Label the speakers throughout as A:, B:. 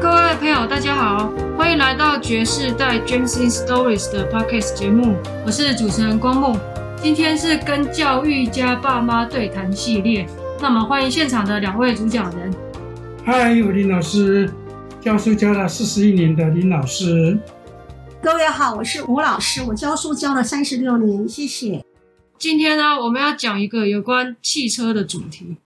A: 各位朋友，大家好，欢迎来到爵士带 James in Stories 的 Podcast 节目，我是主持人光梦。今天是跟教育家爸妈对谈系列，那么欢迎现场的两位主讲人。
B: 嗨，我林老师，教书教了四十一年的林老师。
C: 各位好，我是吴老师，我教书教了三十六年，谢谢。
A: 今天呢，我们要讲一个有关汽车的主题。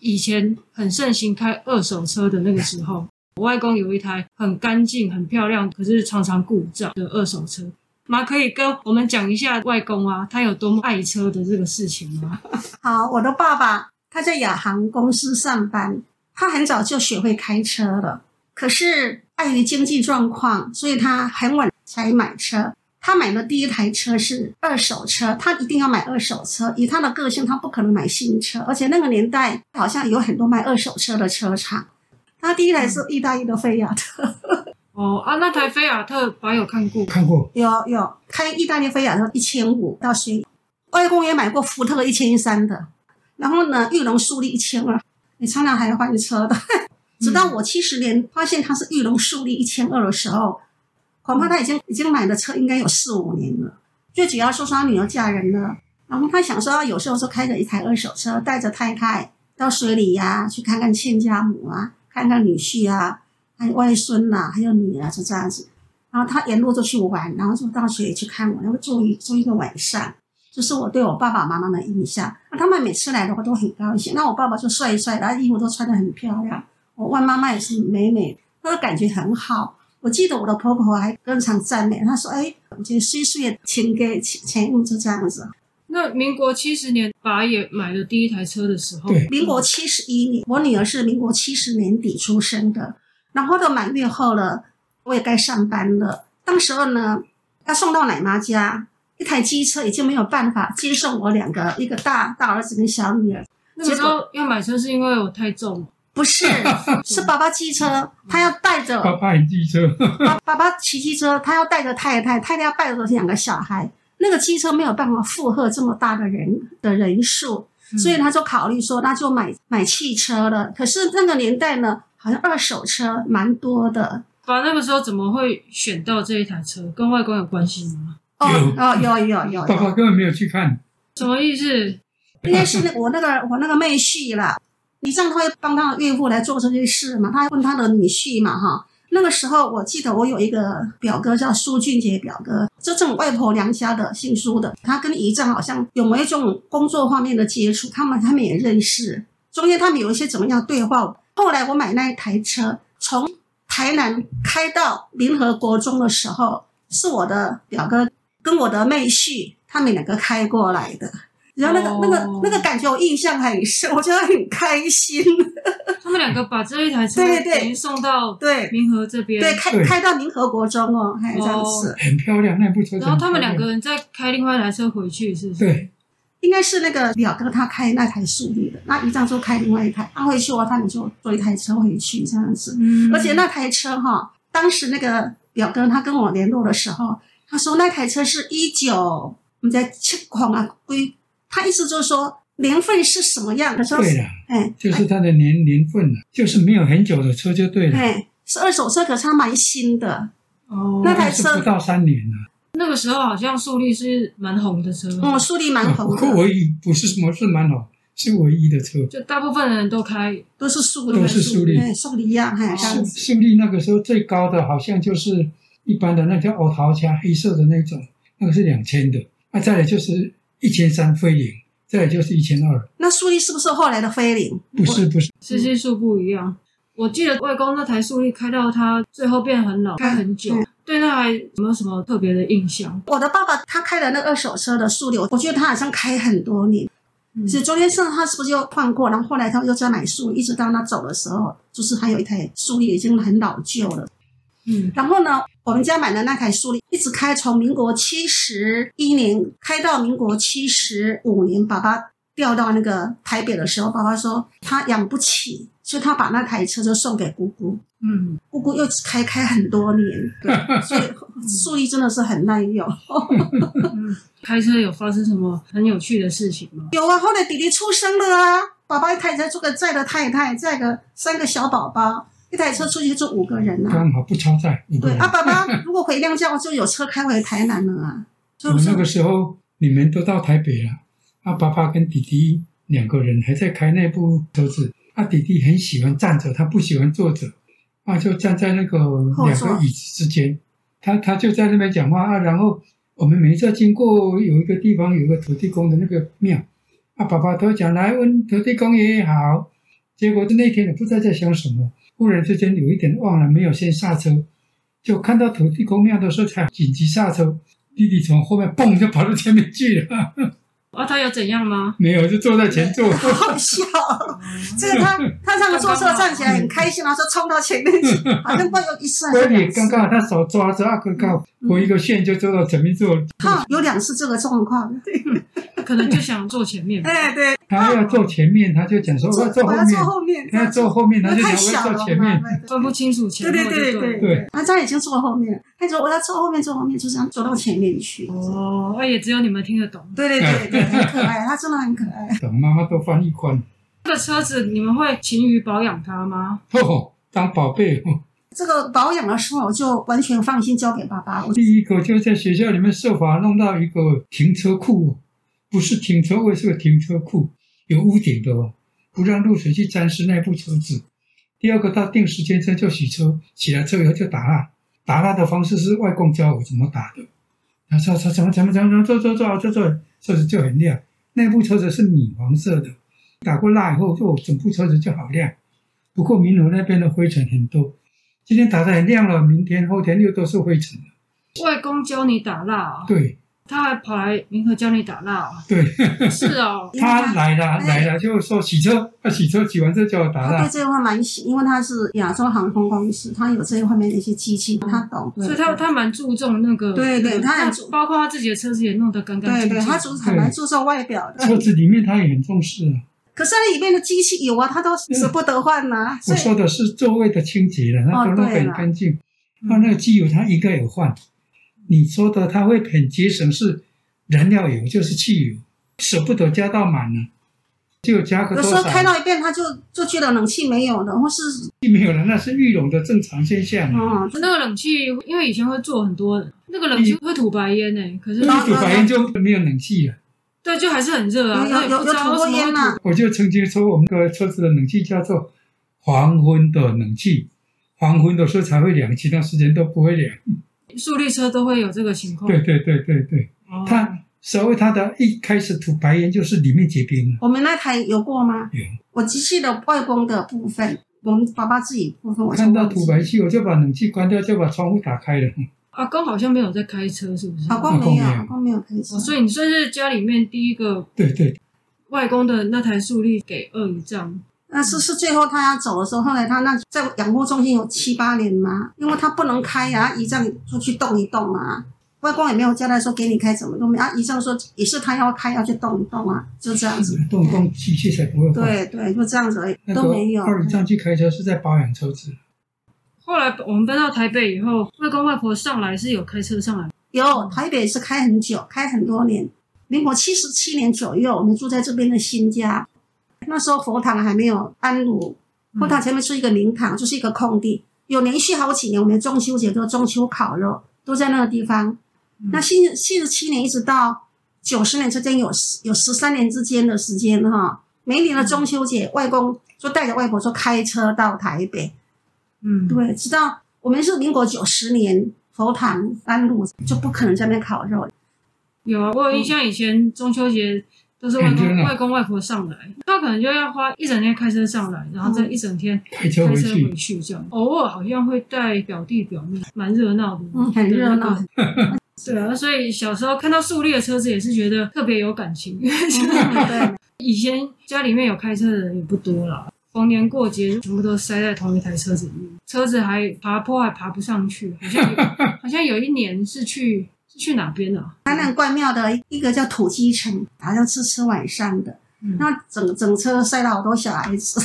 A: 以前很盛行开二手车的那个时候，我外公有一台很干净、很漂亮，可是常常故障的二手车。妈可以跟我们讲一下外公啊，他有多么爱车的这个事情吗？
C: 好，我的爸爸他在亚航公司上班，他很早就学会开车了，可是碍于经济状况，所以他很晚才买车。他买的第一台车是二手车，他一定要买二手车。以他的个性，他不可能买新车。而且那个年代好像有很多卖二手车的车厂。他第一台是意大利的菲亚特，
A: 哦啊，那台菲亚特爸有看过，
B: 看过
C: 有有开意大利菲亚特一千五到千，外公也买过福特一千三的，然后呢，玉龙树立一千二，你常常还换车的。 直到我七十年发现他是玉龙树立一千二的时候，恐怕他已经已经买的车应该有四五年了。最主要说是他女儿嫁人了，然后他想说，有时候就开着一台二手车，带着太太到水里呀、去看看亲家母啊，看看女婿啊，还有外孙呐、还有女儿，就这样子。然后他沿路就去玩，然后就到水里去看我，然后住一住一个晚上。就是我对我爸爸妈妈的印象。啊那他们每次来的话都很高兴，那我爸爸就帅帅的，他衣服都穿得很漂亮，我外妈妈也是美美，那个感觉很好。我记得我的婆婆还经常赞美，她说：“哎，我觉得岁岁的情给钱钱物就这样子。
A: 那民国七十年爸也买了第一台车的时候，
B: 对”
C: 民国七十一年，我女儿是民国七十年底出生的，然后到满月后了，我也该上班了。当时候呢，要送到奶妈家，一台机车已经没有办法接送我两个，一个大大儿子跟小女儿，
A: 那个时
C: 结
A: 候要买车是因为我太重，
C: 不是是爸爸骑车，他要带着
B: 爸爸与机车，
C: 爸爸爸骑机车，他要带着太太，太太要带着两个小孩，那个机车没有办法负荷这么大的人的人数，
A: 嗯
C: 所以他就考虑说，那就买买汽车了。可是那个年代呢，好像二手车蛮多的。
A: 爸那个时候怎么会选到这一台车？跟外公有关系吗？
C: 哦
B: 有
C: 哦，有有有
B: 爸爸
C: 有，
B: 根本没有去看。
A: 什么意思？
C: 应该是那我那个我那个妹婿啦。你这样他会帮他的岳父来做这些事嘛？他还问他的女婿嘛，哈。那个时候我记得我有一个表哥叫苏俊杰表哥，就这种外婆娘家的姓苏的，他跟姨丈好像有某一种工作方面的接触，他们他们也认识，中间他们有一些怎么样对话。后来我买那一台车，从台南开到联合国中的时候，是我的表哥跟我的妹婿他们两个开过来的，然后那个、那
A: 哦
C: 个那个感觉我印象很深，我觉得很开心。
A: 他们两个把这一台车
C: 对对
A: 等于送到
C: 对
A: 民和这边，
C: 对，开
B: 对
C: 开到民和国中哦，还这样子，
B: 很漂亮那部车。
A: 然后他们两个人再开另外一台车回去，是不是？
B: 对，
C: 应该是那个表哥他开那台速力的，那一张就开另外一台，他、回去的话，他们就坐一台车回去这样子。
A: 嗯
C: 而且那台车哈，当时那个表哥他跟我联络的时候，他说那台车是一九，你在七孔啊归，他意思就是说年份是什么样的，说
B: 对
C: 是
B: 了，
C: 哎
B: 就是它的年年份了，就是没有很久的车就对了。
C: 哎是二手车，可是它蛮新的，
A: 哦，
C: 那台
B: 但是
C: 车
B: 不到三年了。
A: 那个时候好像速力是蛮红的车，
C: 嗯，速力蛮红
B: 啊不过
C: 的，
B: 唯一不是什么是蛮好，是唯一的车。
A: 就大部分人都开，
C: 都是速力，
B: 都是苏力，
C: 哎，速力一样，哎，这样
B: 速
C: 子。
B: 速力那个时候最高的好像就是一般的那叫欧桃加黑色的那种，那个是两千的。那再来就是一千三飞凌，再来就是一千二。
C: 那速力是不是后来的菲林？
B: 不是不是，
A: 司机数不一样。我记得外公那台速力开到他最后变很老，开很久，对那台有没有什么特别的印象？
C: 我的爸爸他开的那个二手车的速流，我觉得他好像开很多年。
A: 嗯
C: 所以中间上他是不是又换过？然后后来他又在买速，一直到他走的时候，就是还有一台速力已经很老旧了。
A: 嗯，
C: 然后呢，我们家买的那台速力一直开，从民国七十一年开到民国七十五年，爸爸调到那个台北的时候，爸爸说他养不起，所以他把那台车就送给姑姑。
A: 嗯，
C: 姑姑又开开很多年，对，所以树立真的是很耐用。
A: 嗯开车有发生什么很有趣的事情吗？
C: 有啊，后来弟弟出生了啊，爸爸一台车住个载了太太，载个三个小宝宝，一台车出去住五个人啊。
B: 刚好不超载。五个
C: 对
B: 人
C: 啊，爸爸如果回娘家，我就有车开回台南了啊。就
B: 我
C: 是
B: 哦那个时候你们都到台北了，啊，爸爸跟弟弟两个人还在开那部车子，啊，弟弟很喜欢站着，他不喜欢坐着，啊，就站在那个
C: 座
B: 两个椅子之间，他他就在那边讲话啊，然后我们每一次经过有一个地方有一个土地公的那个庙，啊，爸爸都讲来问土地公爷爷好，结果那天也不知道在想什么，忽然之间有一点忘了，没有先刹车，就看到土地公庙的时候才紧急刹车，弟弟从后面蹦就跑到前面去了，
A: 啊，他有怎样吗？
B: 没有就坐在前座。
C: 好笑，
B: 嗯
C: 这个他他上个坐车站起来很开心，然后就冲到 前面去，好像不有一次还
B: 所
C: 是
B: 以
C: 两
B: 刚
C: 次，
B: 刚好他手抓着阿哥刚我一个线就坐到前面坐，
C: 哈，有两次这个状况。对，
A: 可能就想坐前面吧。
C: 哎对，
B: 他要坐前面，他就讲说我
C: 坐
B: 要坐
C: 我
B: 后
C: 要坐
B: 面，
C: 后面，
B: 他要坐后面，
C: 因
B: 他
C: 为
B: 就讲
C: 太
B: 我
C: 小
B: 要
C: 了嘛
B: 坐前面。。
C: 对
A: 分不清楚前
C: 对
A: 后
C: 对
A: 就
C: 对
A: 了
C: 对
B: 对，
C: 他他已经坐后面，他说我要坐后面，坐后面，就这样坐到前面去。
A: 哦，那也只有你们听得懂。
C: 对对对对，很可爱，他真的很可爱。
B: 等妈妈都翻一宽，
A: 这个车子你们会勤于保养它吗？
B: 哦，当宝贝。 哦
C: 这个保养的时候，我就完全放心交给爸爸。我
B: 第一个就在学校里面设法弄到一个停车库，不是停车位，是个停车库，有屋顶的哦，不让露水去沾湿那部车子。第二个，到定时间之后就洗车，洗了车以后就打蜡，打蜡的方式是外公教我怎么打的。他说：“说怎么怎么怎么怎么做做做做做，车子就很亮。那部车子是米黄色的，打过蜡以后，就整部车子就好亮。不过明湖那边的灰尘很多，今天打得很亮了，明天后天又都是灰尘了。
A: 外公教你打蜡、哦，
B: 对，，
A: 他还跑来明和教你打蜡、哦
B: 对
A: 是哦，
B: 他来了
C: 哎哦
B: 来了，就说洗车，他洗车洗完车叫我打
C: 他对
B: 蜡，
C: 这一块蛮喜，因为他是亚洲航空公司，他有这一方面的一些机器，他懂。
A: 所以他他蛮注重那个，
C: 对对他很注
A: 包括他自己的车子也弄得干干
C: 对
A: 净净。
C: 对，他主还蛮注重外表的。
B: 车子里面他也很重视啊。
C: 可是那里面的机器有啊，他都舍不得换呐、
B: 我
C: 所以
B: 说的是座位的清洁了，那
C: 哦
B: 都弄得
C: 对嗯
B: 很
C: 了
B: 干净。那那个机油他应该有换。你说的他会很节省是燃料油，就是汽油，舍不得加到满了，就加个
C: 有
B: 多
C: 时候开
B: 少？
C: 到一半，他就就觉得冷气没有了，或是
B: 没有了，那是玉龙的正常现象。啊
C: 嗯，
A: 那个冷气，因为以前会做很多，那个冷气会吐白烟呢、欸可是
B: 那
C: 嗯
B: 个反应就没有冷气了。
A: 对，就还是很热啊，
C: 有
A: 他
C: 有有
A: 也不知
C: 有吐
A: 道为
C: 过
A: 什么
C: 烟啊
A: 会
C: 呐、
A: 吐。
B: 我就曾经说，我们的车子的冷气叫做黄昏的冷气，黄昏的时候才会凉，其他时间都不会凉。
A: 速率车都会有这个情
C: 哦
A: 况。
B: 对对对对对，
A: 哦，
B: 它所谓它的一开始吐白烟，就是里面结冰了。
C: 我们那台有过吗？
B: 有。
C: 我机器的外公的部分，我们爸爸自己部哦分，我就
B: 看到
C: 忘记
B: 吐白气，我就把冷气关掉，就把窗户打开了。
A: 阿公好像没有在开车，是不是？
C: 老公没
B: 老公没
C: 有，
B: 有
C: 老公没有开车
A: 哦，所以你算是家里面第一个
B: 对对，
A: 外公的那台速力给鳄鱼杖，
C: 那是是最后他要走的时候，后来他那在养护中心有七八年嘛，因为他不能开啊，姨丈出去动一动啊。外公也没有交代说给你开怎么动啊，姨丈说也是他要开要去动一动啊，就这样子。
B: 动动机器才不会坏。
C: 对对，就这样子而已，
B: 嗯那
C: 都没有
B: 个。二站去开车是在保养车子，
A: 后来我们搬到台北以后，外公外婆上来是有开车上来，
C: 有台北是开很久，开很多年。民国七十七年左右，我们住在这边的新家，那时候佛堂还没有安炉，佛堂前面是一个灵堂，就是一个空地。有连续好几年，我们中秋节都中秋烤肉都在那个地方。那七七十七年一直到九十年之间有十有十三年之间的时间哈，每一年的中秋节，外公就带着外婆就开车到台北，
A: 嗯，
C: 对，直到我们是民国九十年佛堂安路就不可能在那边烤肉，
A: 有啊，
B: 嗯
A: 我有印象以前中秋节都是外
B: 很热
A: 公
B: 闹
A: 外公外婆上来，他可能就要花一整天开车上来，然后再一整天
B: 开车
A: 开
B: 嗯回
A: 车回
B: 去。
A: 去这样，偶尔好像会带表弟表妹，蛮热闹的，啊
C: 嗯，很热闹。
A: 对啊，所以小时候看到速力的车子也是觉得特别有感情， 因为 就是
C: 对，
A: 以前家里面有开车的人也不多啦，逢年过节全部都塞在同一台车子里面，车子还爬坡还爬不上去，好像有 好像有一年是去是去哪边啊？
C: 台南怪庙的一个叫土鸡城，好像是吃晚上的。
A: 嗯
C: 那整整车塞了好多小 孩子，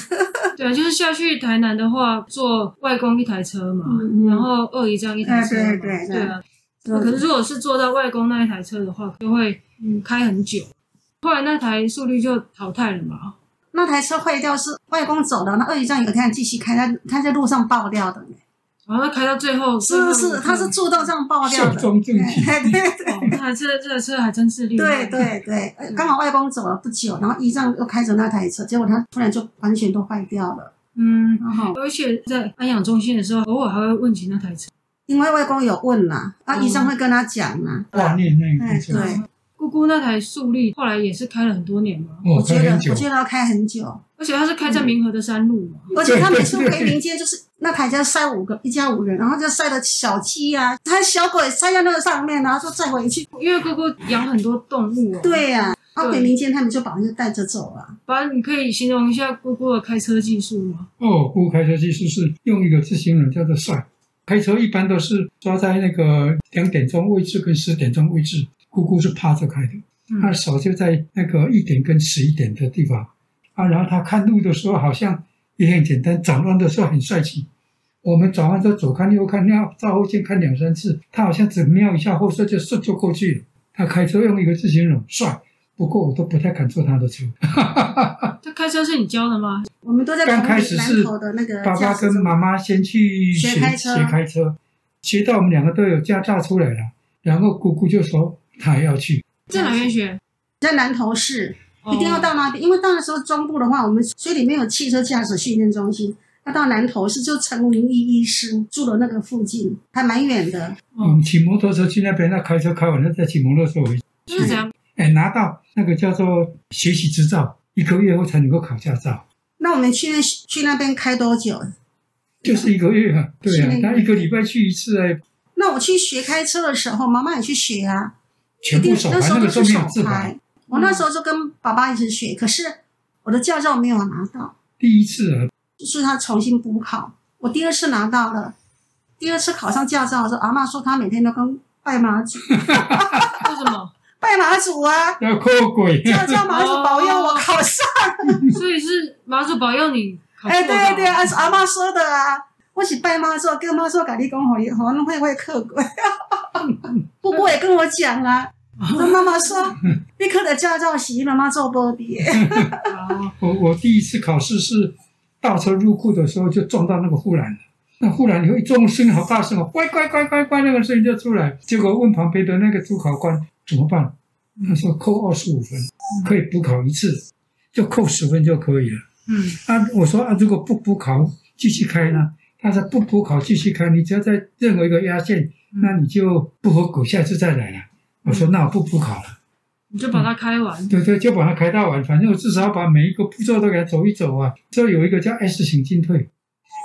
A: 对啊，就是下去台南的话，坐外公一台车嘛，
C: 嗯嗯
A: 然后二姨丈一台车嘛，
C: 哎对对对
A: 对啊。那可是如果是坐到外公那一台车的话，就会嗯开很久。后来那台速率就淘汰了嘛，
C: 那台车坏掉是外公走了，那二姨丈有一天继续开，他他在路上爆掉的，
A: 哦然后开到最后，
C: 是
A: 最后
C: 是，
A: 一
C: 他
A: 刻
C: 是做到这样爆掉
B: 寿
C: 的，
B: 终正寝。
C: 对对
A: 哦，那台车这台车还真是厉害，
C: 对对对，呃刚好外公走了不久，然后姨丈又开着那台车，结果他突然就完全都坏掉了，
A: 嗯。
C: 然后
A: 而且在安养中心的时候，偶尔还会问起那台车。
C: 因为外公有问啦，啊，
A: 嗯
C: 姨丈会跟他讲啦，
B: 挂念那个
C: 哎
B: 部分
C: 对，
A: 姑姑那台速力后来也是开了很多年嘛，
B: 哦，
C: 我觉
B: 开
C: 得
B: 很久
C: 我，觉得要开很久，
B: 嗯
A: 而且它是开
C: 嗯
A: 在明和的山路嘛，
C: 而且他每次
B: 对对
C: 回民 间就是那台车塞五个，一家五人，然后就塞的小鸡呀、他小狗也塞在那个上面，然后就再回去，
B: 嗯
A: 因为姑姑养很多动物哦。，
C: 对呀、然后
A: 对
C: 回民间他们就把那个带着走了，
A: 反正你可以形容一下姑姑的开车技术吗？
B: 哦，不过开车技术是用一个字形容叫做帅。开车一般都是抓在那个两点钟位置跟十点钟位置，姑姑是趴着开的，
A: 嗯
B: 她手就在那个一点跟十一点的地方啊。然后她看路的时候好像也很简单，转弯的时候很帅气。我们转弯之后左看右看，要照后镜看两三次，她好像只瞄一下后视就顺就过去了。她开车用一个字形容帅，不过我都不太敢坐她的车。
A: 他开车是你教的吗？
C: 我们都在
B: 刚
C: 同
B: 开
C: 一
B: 始
C: 南
B: 是
C: 头的那个
B: 爸
C: 驾
B: 爸
C: 驶
B: 跟
C: 证
B: 妈妈先去
C: 学
B: 学
C: 开车
B: 学开车，学到我们两个都有驾照出来了，然后姑姑就说她也要去，
A: 在哪边学？
C: 在南头市，
A: 哦
C: 一定要到那边，因为到那时候中部的话，我们水里面有汽车驾驶训练中心，要到南头市，就陈文义医师住的那个附近，还蛮远的。
B: 我们骑摩托车去那边，那开车开完了再骑摩托车回去，
A: 就是这样。
C: 嗯
B: 哎，拿到那个叫做学习执照，一个月后才能够考驾照，
C: 那我们去那去那边开多久？
B: 就是一个月啊，对啊
C: 是，那个
B: 他一个礼拜去一次哎，
C: 那我去学开车的时候，妈妈也去学啊，
B: 全部手
C: 那
B: 牌，
C: 时候
B: 那
C: 都
B: 个时候
C: 是
B: 没
C: 手
B: 有自牌，
C: 牌。我那时候就跟爸爸一起学，可是我的驾照没有拿到，
B: 第一次啊，
C: 就是他重新补考。我第二次拿到了，第二次考上驾照的时候，阿妈说她每天都跟拜妈祖，
A: 为什 么？
C: 拜妈祖啊，
B: 要后哎鬼，
C: 叫叫马祖保佑我考上。
A: 所以是马祖保佑你考
C: 哎、
A: 错的
C: 对对，啊，是阿妈说的啊。我是拜妈祖，跟妈祖跟你讲，好，好，弄会会克过。不过也跟我讲啊，那妈妈说，你考的驾照是妈妈做波比。
A: 哦
B: 我我第一次考试是倒车入库的时候就撞到那个护栏了，那护栏以后一撞声音好大声哦，乖乖乖乖乖那个声音就出来，结果问旁边的那个主考官怎么办，他说扣二十五分，可以补考一次，就扣十分就可以了。
A: 嗯，
B: 啊，我说啊，如果不补考继续开呢？他说不补考继续开，你只要在任何一个压线，那你就不合格，下次再来了。我说那我不补考了。
A: 你就把它开完。
B: 对对，就把它开到完，反正我至少要把每一个步骤都给它走一走啊。这有一个叫 S 型进退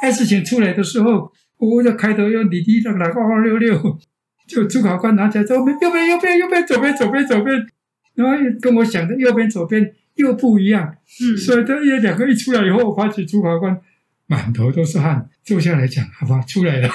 B: ，S 型出来的时候，我就开头又滴滴的来个二六六，就主考官拿起来说右边右边右边左边左边左边，然后又跟我想的右边左边又不一样，
A: 嗯，
B: 所以这一两个一出来以后，我发觉主考官满头都是汗，坐下来讲，好吧，出来了，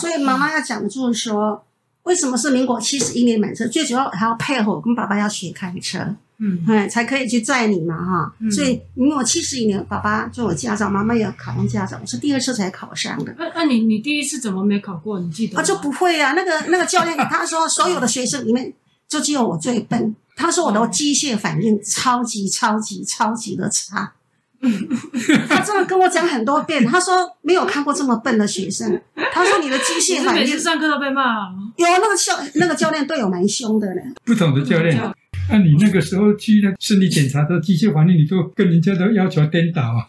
C: 所以妈妈要讲就是说，为什么是民国七十一年买车？最主要还要配合我跟爸爸要学开车，
A: 嗯
C: 哎，才可以去载你嘛哈。
A: 嗯
C: 所以民国七十一年，爸爸就有驾照，妈妈也考上驾照，我是第二次才考上的。
A: 那那你你第一次怎么没考过？你记得吗？
C: 啊，就不会啊。那个那个教练他说，所有的学生里面就只有我最笨。他说我
A: 嗯
C: 的机械反应超级超级超级 的差。他真的跟我讲很多遍，他说没有看过这么笨的学生。他说你的机
A: 你
C: 械
A: 是
C: 反
A: 每
C: 应
A: 次上课都被骂。
C: 有那个教那个教练对我蛮凶的呢。
B: 不同的教练
A: 嗯。
B: 那、你那个时候去那身体检查的机械环境，你都跟人家的要求颠倒啊。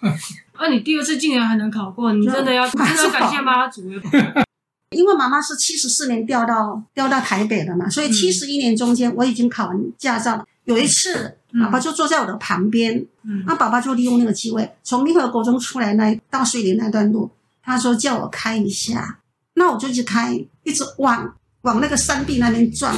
A: 啊，你第二次竟然还能考过，你真 的要
C: 马祖
A: 真的要感谢妈祖耶。
C: 因为妈妈是七十四年调到调到台北的嘛，所
A: 嗯
C: 以七十一年中间我已经考完驾照了。有一次，
A: 嗯
C: 爸爸就坐在我的旁边，
A: 嗯
C: 那爸爸就利用那个机会，从民和国中出来那一到水里那段路，他说叫我开一下，那我就去开，一直往往那个山壁那边 撞，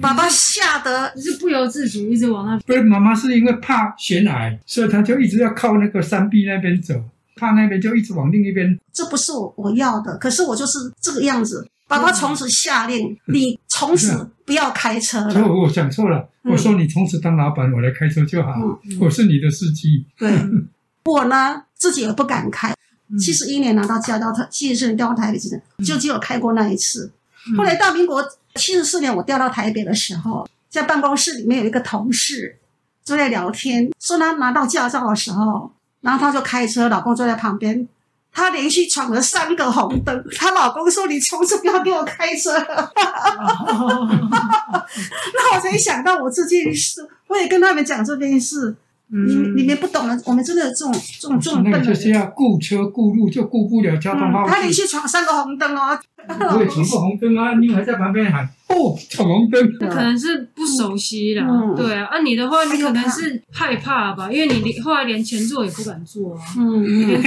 C: 爸爸吓得
A: 你是不由自主一直往那
B: 不是妈妈是因为怕悬崖，所以她就一直要靠那个山壁那边走，怕那边就一直往另一边。
C: 这不
A: 嗯
C: 是我我要的，可是我就是这个样子。爸爸从此下令，你从
B: 是
C: 此不不要开车
B: 所以
C: 了。
B: 我讲错了，
C: 嗯
B: 我说你从此当老板，我来开车就好，
C: 嗯
B: 我是你的司机。
C: 对，
A: 嗯
C: 我呢自己也不敢开。
B: 嗯
C: 七十一年拿到驾照，他七十调到台北市的，就只有开过那一次。
B: 嗯
C: 后来到民国七十四年，我调到台北的时候，在办公室里面有一个同事就在聊天，说他拿到驾照的时候，然后他就开车，老公坐在旁边，他连续闯了三个红灯，她老公说：“你从此不要给我开车。” 那我才想到我这件事，我也跟他们讲这件事，
A: 嗯
C: 你们你们不懂的，我们真的有这种这种这种笨
B: 那
C: 的
B: 个就是
C: 人。
B: 要顾车顾路，就顾不了交通
C: 嗯他
B: 号
C: 连
B: 志。
C: 续闯三个红灯哦，
B: 我也闯过红灯啊，你还在旁边喊哦，闯红灯。
A: 那可能是不熟悉啦，
C: 嗯
A: 对啊。啊，你的话，
C: 害
A: 你可能
C: 怕
A: 是害怕吧，因为你连后来连前座也不敢坐啊，
C: 嗯，嗯
A: 你连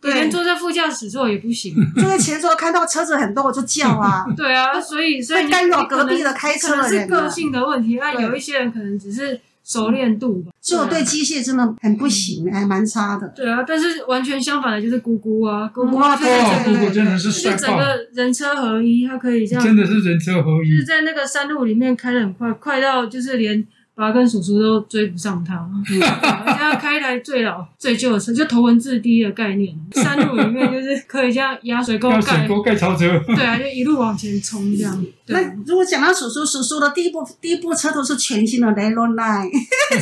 C: 对，嗯
A: 坐在副驾驶座也不行。
C: 就在前座看到车子很多，我就叫 啊，
A: 对啊，所以所以
C: 会
A: 你
C: 干扰
A: 你可能
C: 隔壁的开车
A: 可能
C: 的
A: 是
C: 人啊
A: 个性的问题。那
C: 对
A: 有一些人可能只是熟练度吧。
C: 所以我对机械真的很不行，还蛮差的。
A: 对啊，但是完全相反的就是姑姑啊，姑姑
C: 哇
A: 就是整
B: 哦，
A: 个
B: 姑姑真的是
A: 就是
B: 帅
A: 整
B: 爆，
A: 个人车合一，他可以这样，
B: 真的是人车合
A: 就是
B: 一。
A: 在那个山路里面开的很快，快到就是连爸跟叔叔都追不上 他。对啊现在开一台最老最旧的车，就头文字 D 的概念，山路里面就是可以这样压水沟
B: 要水
A: 盖，
B: 沟盖槽车，
A: 对啊，就一路往前冲这样。对啊
C: 那如果讲到叔叔，叔叔的第一部第一部车都是全新的雷诺 Nine，
A: 嗯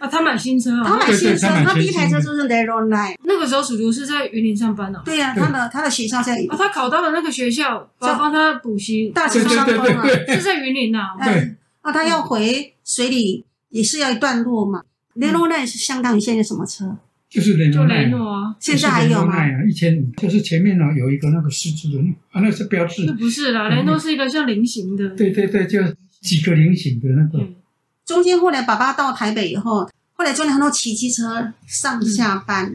A: 啊，他买新车啊，
C: 他买
B: 对对
C: 新车，
B: 他买
C: 他第一
B: 全
C: 台
B: 新
C: 车
B: 的
C: 就是雷诺 Nine。
A: 那个时候叔叔是在云林上班啊。
C: 对呀、他的他的学校在
A: 啊，他考到了那个学校，
C: 叫
A: 帮帮他补习，
C: 大
B: 对
C: 学
B: 对
C: 双
B: 对
C: 峰啊，
B: 对对，
A: 是在云林呐、啊。
C: 嗯，那他要回水里也是要一段路嘛。雷诺 Nine 是相当于现在什么车？
B: 就是雷
A: 就
B: 诺
A: 雷
B: 奈。
A: 诺啊，
C: 现在还有吗？
B: 啊，一千五，就是前面呢有一个那个狮子的，啊，那是标
A: 那
B: 志。
A: 不是啦，雷诺是一个像菱形的。
B: 对对对，就几个菱形的那个。
A: 嗯，
C: 中间后来爸爸到台北以后，后来中间他都骑机车上下班。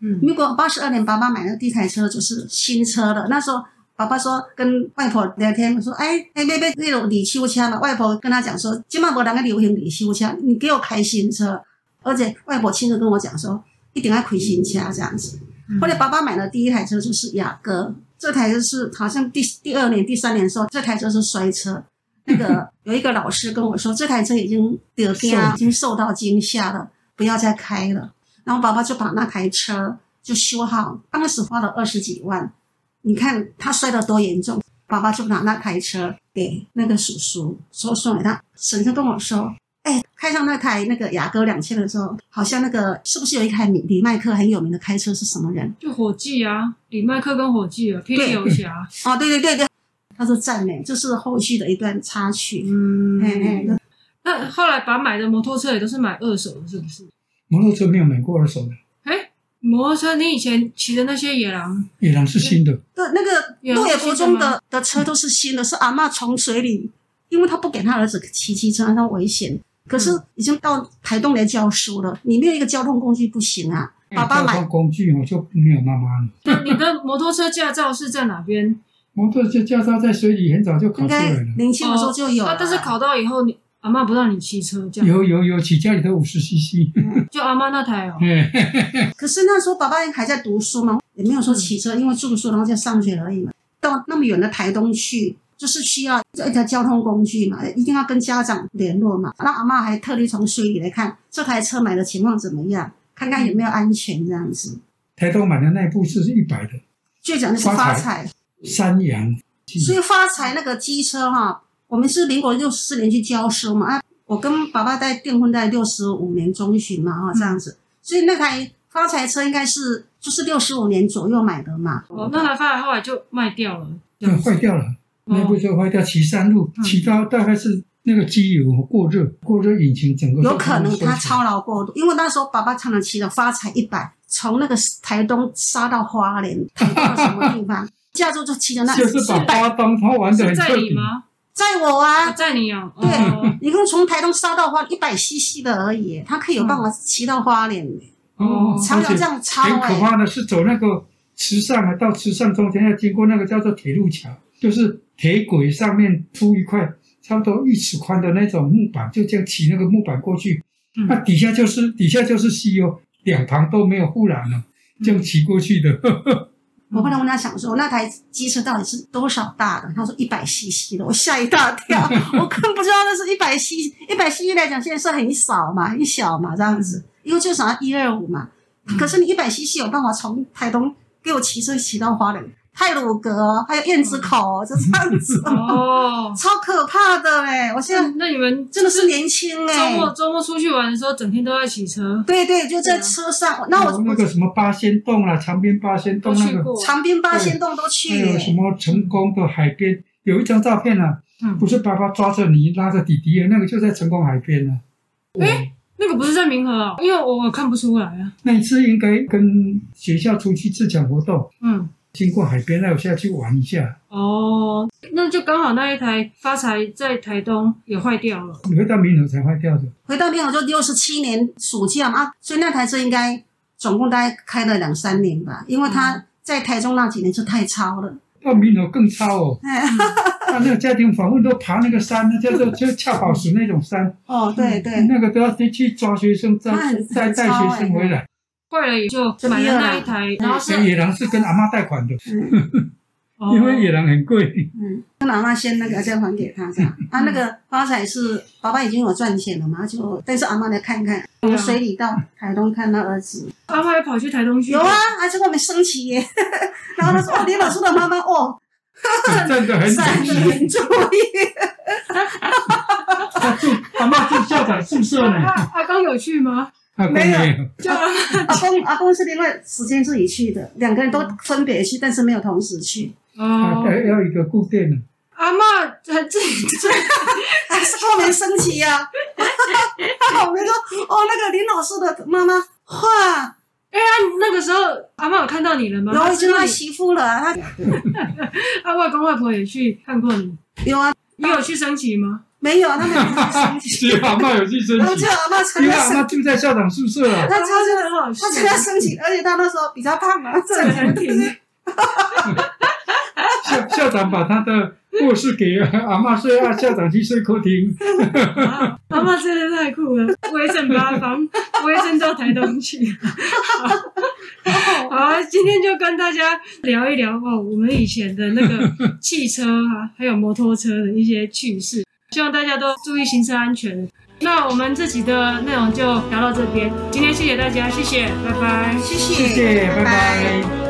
A: 嗯
C: 民国八十二年，爸爸买的第一台车就是新车了。那时候爸爸说跟外婆聊天，说：“哎哎，妹妹，那种李修车嘛。”外婆跟他讲说：“今嘛无人个流行李修车，你给我开新车。”而且外婆亲自跟我讲说：“一定要开新车这样子。”后来爸爸买的第一台车就是雅阁，这台就是好像第第二年、第三年的时候，这台车是摔车。那个有一个老师跟我说，这台车已经得啊
B: 受
C: 惊，已经受到惊吓了，不要再开了。然后爸爸就把那台车就修好，当时花了二十几万。你看他摔得多严重，爸爸就拿那台车给那个叔叔，说送给他。婶婶跟我说，哎，开上那台那个雅阁两千的时候，好像那个是不是有一台米李麦克很有名的开车是什么人？
A: 就火计啊，李麦克跟火计啊，霹雳游侠。
C: 哦，对对对对，他说赞美，这是后续的一段插曲。
A: 嗯
C: 哎哎，
A: 那后来把买的摩托车也都是买二手的，是不是？
B: 摩托车没有买过二手的，
A: 哎，摩托车你以前骑的那些野狼，
B: 野狼是新的，
C: 对，那个
A: 有
C: 鹿野国中
A: 新的
C: 的的车都是新的，是阿嬷从水里，因为他不给他儿子骑机车，他危险。可是
A: 嗯
C: 已经到台东来教书了，你没有一个交通工具不行啊。爸爸
B: 交
C: 买
B: 通工具我哦就没有妈妈了。
A: 那你的摩托车驾照是在哪边？
B: 摩托车驾照在水里很早就考
C: 应
B: 出来
C: 该
B: 了，
C: 年轻的时候就有了、
A: 啊，但是考到以后，你阿妈不让你骑车，
C: 嗯
A: 这样
B: 有有有，起家里都五十 CC。
A: 就阿妈那台哦。
B: 哎，
C: 可是那时候爸爸还在读书嘛，也没有说骑车，因为住宿然后就上学而已嘛。到那么远的台东去，就是需要一台交通工具嘛，一定要跟家长联络嘛。那阿嬷还特地从水里来看这台车买的情况怎么样，看看有没有安全这样子。
B: 台东买的那一部是一百的
C: 最讲的是
B: 发
C: 发
B: 财
C: 财，
B: 山羊，
C: 所以发财那个机车哈、我们是民国六四年去教书嘛，啊，我跟爸爸在订婚在六十五年中旬嘛，哈、这样子，所以那台发财车应该是就是六十五年左右买的嘛。
A: 哦，那台发来后来就卖掉了。这
B: 对
A: 样子
B: 坏掉了，那部
A: 哦
B: 车坏掉，骑山路
A: 嗯，
B: 骑到大概是那个机油过热，过热引擎整个都
C: 有可能他
B: 收起来
C: 操劳过度，因为那时候爸爸常常骑着发财一百，从那个台东杀到花莲，台东的什么地方， 驾照就骑着那
B: 就是把
C: 一百，
B: 花东他玩的
A: 是
B: 很
A: 在
B: 彻
A: 你
B: 底。
A: 吗？
C: 载我
A: 啊，
C: 啊！
A: 在你哦。
C: 对
A: 哦
C: 你看从台东杀到花一百 CC 的而已，他可以有办法骑到花莲，
B: 哦，
C: 常
B: 而
C: 常这
B: 且
C: 样超
B: 很可
C: 哎，
B: 怕的是走那个池上啊，到池上中间要经过那个叫做铁路桥，就是铁轨上面铺一块差不多一尺宽的那种木板，就这样骑那个木板过去，
A: 嗯
B: 那底下就是底下就是溪哦，两旁都没有护栏了，这样骑过去的。
C: 我后来问他想说，那台机车到底是多少大的？他说一百 CC 的，我吓一大跳，我更不知道那是一百 CC，一百 CC 来讲现在算很少嘛，很小嘛这样子，因为就想要一二五嘛。可是你一百 CC 有办法从台东给我骑车骑到花莲、泰鲁阁，哦还有燕子口，就这样子，
A: 哦，
C: 超可怕的嘞！我现在
A: 那你们
C: 真的是年轻
A: 嗯周
C: 哎、
A: 末周末出去玩的时候，整天都在骑车，
C: 对对，就在车上。那我
B: 有嗯那个什么八仙洞啦，长滨八仙
A: 都
B: 洞那
A: 去
B: 个，
A: 过。
C: 长滨八仙洞都
B: 还
C: 去、
B: 有什么成功的海边，有一张照片啊，
A: 嗯
B: 不，是爸爸抓着你拉着弟弟，那个就在成功海边呢、啊。哎，
A: 那个不是在明河啊，因为我我看不出来啊。
B: 那一次应该跟学校出去自讲活动，
A: 嗯，经
B: 过海边那我下去玩一下。
A: 哦，那就刚好那一台发财在台东也坏掉了。
B: 你会到明楼才坏掉的，
C: 回到平遥就六十七年暑假嘛，啊所以那台车应该总共大概开了两三年吧，因为他在台中那几年就太超了。。
B: 到明楼更差哦
C: 哎，
B: 他那个家庭访问都爬那个山，啊那叫 做就恰宝石那种山，
C: 哦，对对，
B: 那个都要去抓学生，再
C: 那很
B: 再带
C: 很超哎
B: 学生回来。
A: 坏了也就
C: 就
A: 买
C: 第
A: 了
C: 二
A: 那
C: 了
A: 一台，然后是
B: 野狼是跟阿妈贷款的，
C: 嗯
A: 哦
B: 因为野狼很 贵。
C: 嗯，就拿那先那个再还给他这样。啊，那个发财是爸爸已经有赚钱了嘛，就但是阿妈来看看，从水里到台东看到儿子，
A: 阿妈还跑去台东去
C: 有啊，，而且我们升旗耶， 然后他说哦，李老师的妈妈哦，
B: 站得很
C: 闪
B: 直，
C: 人注 意，
B: 他住阿妈住校长宿舍呢
A: 阿，啊阿刚有去吗？
B: 阿公没
C: 没
B: 有，
A: 就阿
C: 阿公阿公是另外时间自己去的，两个人都分别去，但是没有同时去。
B: 他
A: 哦，
B: 要一个固定 的。
A: 阿妈呃在自己住，
C: 还是我们升旗呀、啊！我们说，哦，那个林老师的妈妈，哇，
A: 哎呀，那个时候阿妈有看到你了吗？
C: 然后就
A: 她
C: 他
A: 知道
C: 媳妇了，他
A: 你啊，外公外婆也去看过你，
C: 有啊，
A: 你有去升旗 吗？
C: 没有，他们没有升旗，
B: 只有阿啊妈有去升
C: 然后
B: 旗
C: 就，阿妈参
B: 因为
C: 加
B: 阿妈
C: 升，
B: 住在校长宿舍啊。
C: 他参加
A: 很好笑
C: 他，参加升旗，而且他那时候比较胖嘛，这
A: 站
C: 两
A: 餐
C: 天
A: 厅。
B: 校校长把他的卧室给阿妈睡，啊，校长去睡客厅。
A: 啊 阿妈真的太酷了，威震八方，威震到台东去。好，好啊，今天就跟大家聊一聊哦，我们以前的那个汽车啊，还有摩托车的一些趣事，希望大家都注意行车安全。那我们这集的内容就聊到这边，今天谢谢大家，谢谢，拜拜。
C: 谢
B: 谢谢，拜拜。